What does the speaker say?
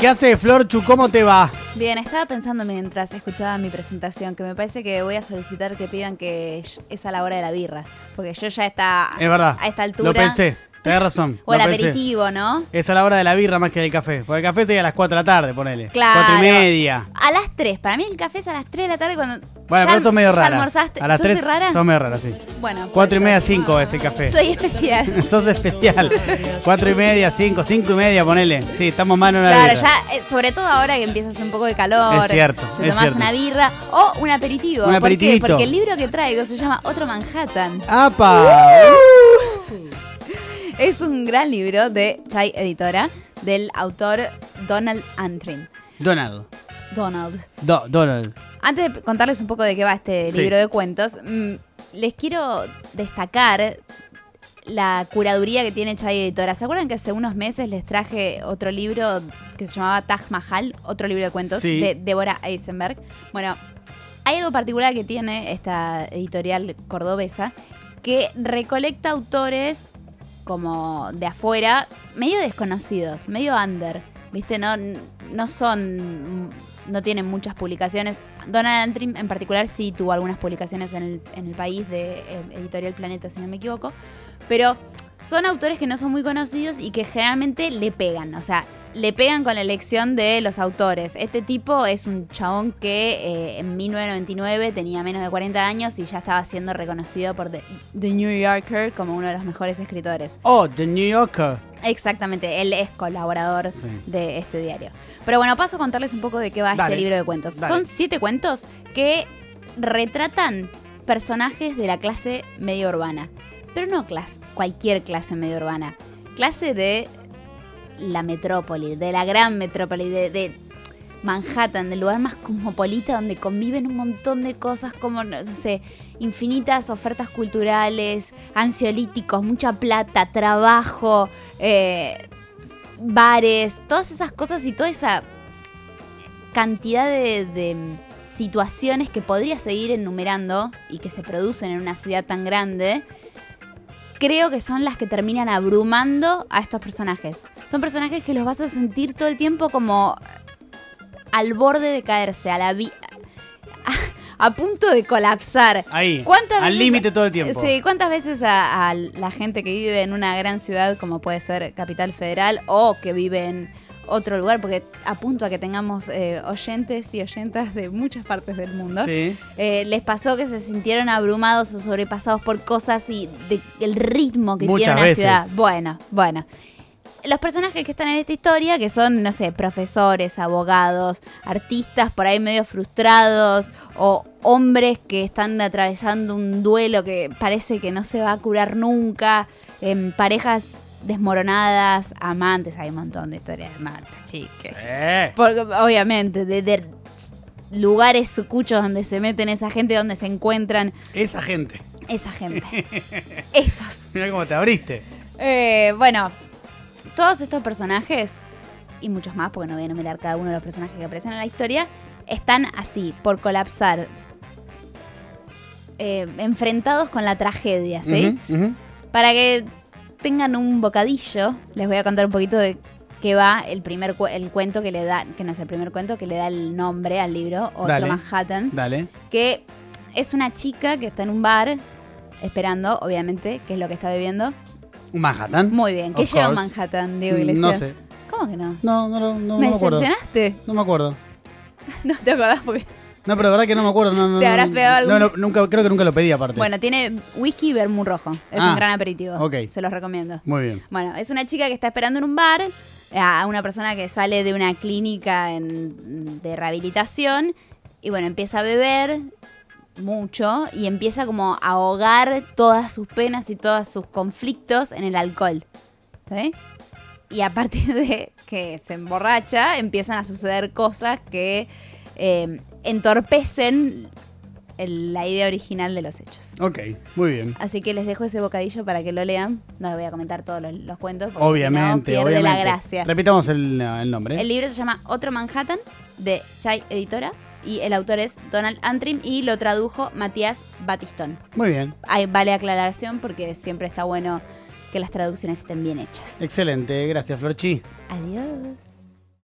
¿Qué hace Florchu? ¿Cómo te va? Bien, estaba pensando mientras escuchaba mi presentación que me parece que voy a solicitar que pidan que es a la hora de la birra. Porque yo ya está Es verdad. a esta altura. Lo pensé. Tenés razón. O el lo pensé. aperitivo, ¿no? Es a la hora de la birra más que del café. Porque el café sería a las 4 de la tarde, ponele. Claro. 4 y media. A las 3. Para mí el café es a las 3 de la tarde cuando. Bueno, pero eso es medio ya rara. almorzaste. A las ¿Sos 3 rara? son medio raras, sí. Bueno. 4 y media, 5 es el café. Soy especial. Entonces especial. 4 y media, 5, 5 y media, ponele. Sí, estamos mal en una Claro, birra. ya, eh, sobre todo ahora que empiezas un poco de calor. Es cierto, Te es tomás cierto. una birra o un Un aperitivo. ¿Por qué? aperitivito. Porque el libro que traigo se llama Otro Manhattan. ¡Apa! Uh. Es un gran libro de Chai Editora del autor Donald Antrim. Donald. Donald. Do- Donald. Antes de contarles un poco de qué va este Sí. libro de cuentos, mm, les quiero destacar la curaduría que tiene Chai Editora. ¿Se acuerdan que hace unos meses les traje otro libro que se llamaba Taj Mahal, otro libro de cuentos Sí. de Débora Eisenberg? Bueno, hay algo particular que tiene esta editorial cordobesa que recolecta autores como de afuera, medio desconocidos, medio under, ¿viste? No, no son, no tienen muchas publicaciones. Donald Antrim en particular sí tuvo algunas publicaciones en el, en el país de eh, Editorial Planeta, si no me equivoco, pero son autores que no son muy conocidos y que generalmente le pegan, o sea, le pegan con la elección de los autores. Este tipo es un chabón que eh, en 1999 tenía menos de 40 años y ya estaba siendo reconocido por The, The New Yorker como uno de los mejores escritores. Oh, The New Yorker. Exactamente, él es colaborador Sí. de este diario. Pero bueno, paso a contarles un poco de qué va Dale, este libro de cuentos. dale. Son siete cuentos que retratan personajes de la clase medio urbana. Pero no clase, cualquier clase medio urbana. Clase de la metrópoli, de la gran metrópoli, de, de Manhattan, del lugar más cosmopolita donde conviven un montón de cosas como, no sé, infinitas ofertas culturales, ansiolíticos, mucha plata, trabajo, eh, s- bares, todas esas cosas y toda esa cantidad de, de situaciones que podría seguir enumerando y que se producen en una ciudad tan grande, creo que son las que terminan abrumando a estos personajes. Son personajes que los vas a sentir todo el tiempo como al borde de caerse, a la vi- a, a punto de colapsar. Ahí. ¿Cuántas Al veces- límite todo el tiempo. Sí, ¿cuántas veces a, a la gente que vive en una gran ciudad como puede ser Capital Federal o que vive en otro lugar? Porque apunto a que tengamos eh, oyentes y oyentas de muchas partes del mundo. Sí. Eh, les pasó que se sintieron abrumados o sobrepasados por cosas y de- el ritmo que Muchas tiene una veces. ciudad. Bueno, bueno. Los personajes que están en esta historia, que son, no sé, profesores, abogados, artistas por ahí medio frustrados o hombres que están atravesando un duelo que parece que no se va a curar nunca, em, parejas desmoronadas, amantes, hay un montón de historias de amantes, chiques. Eh. Porque, obviamente, de, de lugares sucuchos donde se meten esa gente, donde se encuentran Esa gente. esa gente. Esos. Mira cómo te abriste. Eh, bueno, todos estos personajes, y muchos más, porque no voy a enumerar cada uno de los personajes que aparecen en la historia, están así, por colapsar. Eh, enfrentados con la tragedia, ¿sí? Ujú, ujú. Para que tengan un bocadillo, les voy a contar un poquito de qué va el primer cu- el cuento que le da, que no es el primer cuento, que le da el nombre al libro, Otro Dale. Manhattan, Dale. que es una chica que está en un bar esperando, obviamente, que es lo que está bebiendo. ¿Un Manhattan? Muy bien, ¿qué Of lleva course. Manhattan, Diego Mm, Iglesias? No sé. ¿Cómo que no? No, no, no, no ¿Me me acuerdo. decepcionaste? No me acuerdo. No te acordás porque... No, pero la verdad que no me acuerdo. No, no, Te no, habrás no. pegado algún- No, no, nunca, creo que nunca lo pedí aparte. Bueno, tiene whisky y vermú rojo. Es Ah, un gran aperitivo. ok. Se los recomiendo. Muy bien. Bueno, es una chica que está esperando en un bar a una persona que sale de una clínica en- de rehabilitación y bueno, empieza a beber mucho y empieza como a ahogar todas sus penas y todos sus conflictos en el alcohol. ¿sí? Y a partir de que se emborracha, empiezan a suceder cosas que eh, entorpecen el- la idea original de los hechos. Ok, muy bien. Así que les dejo ese bocadillo para que lo lean. No les voy a comentar todos los, los cuentos. porque Obviamente, si no, pierde obviamente. ¿Eh? la gracia. Repitamos el, el nombre. El libro se llama Otro Manhattan de Chai Editora y el autor es Donald Antrim y lo tradujo Matías Batistón. Muy bien. Ahí vale aclaración porque Eh. siempre está bueno que las traducciones estén bien hechas. Excelente. Gracias, Florchi. Adiós.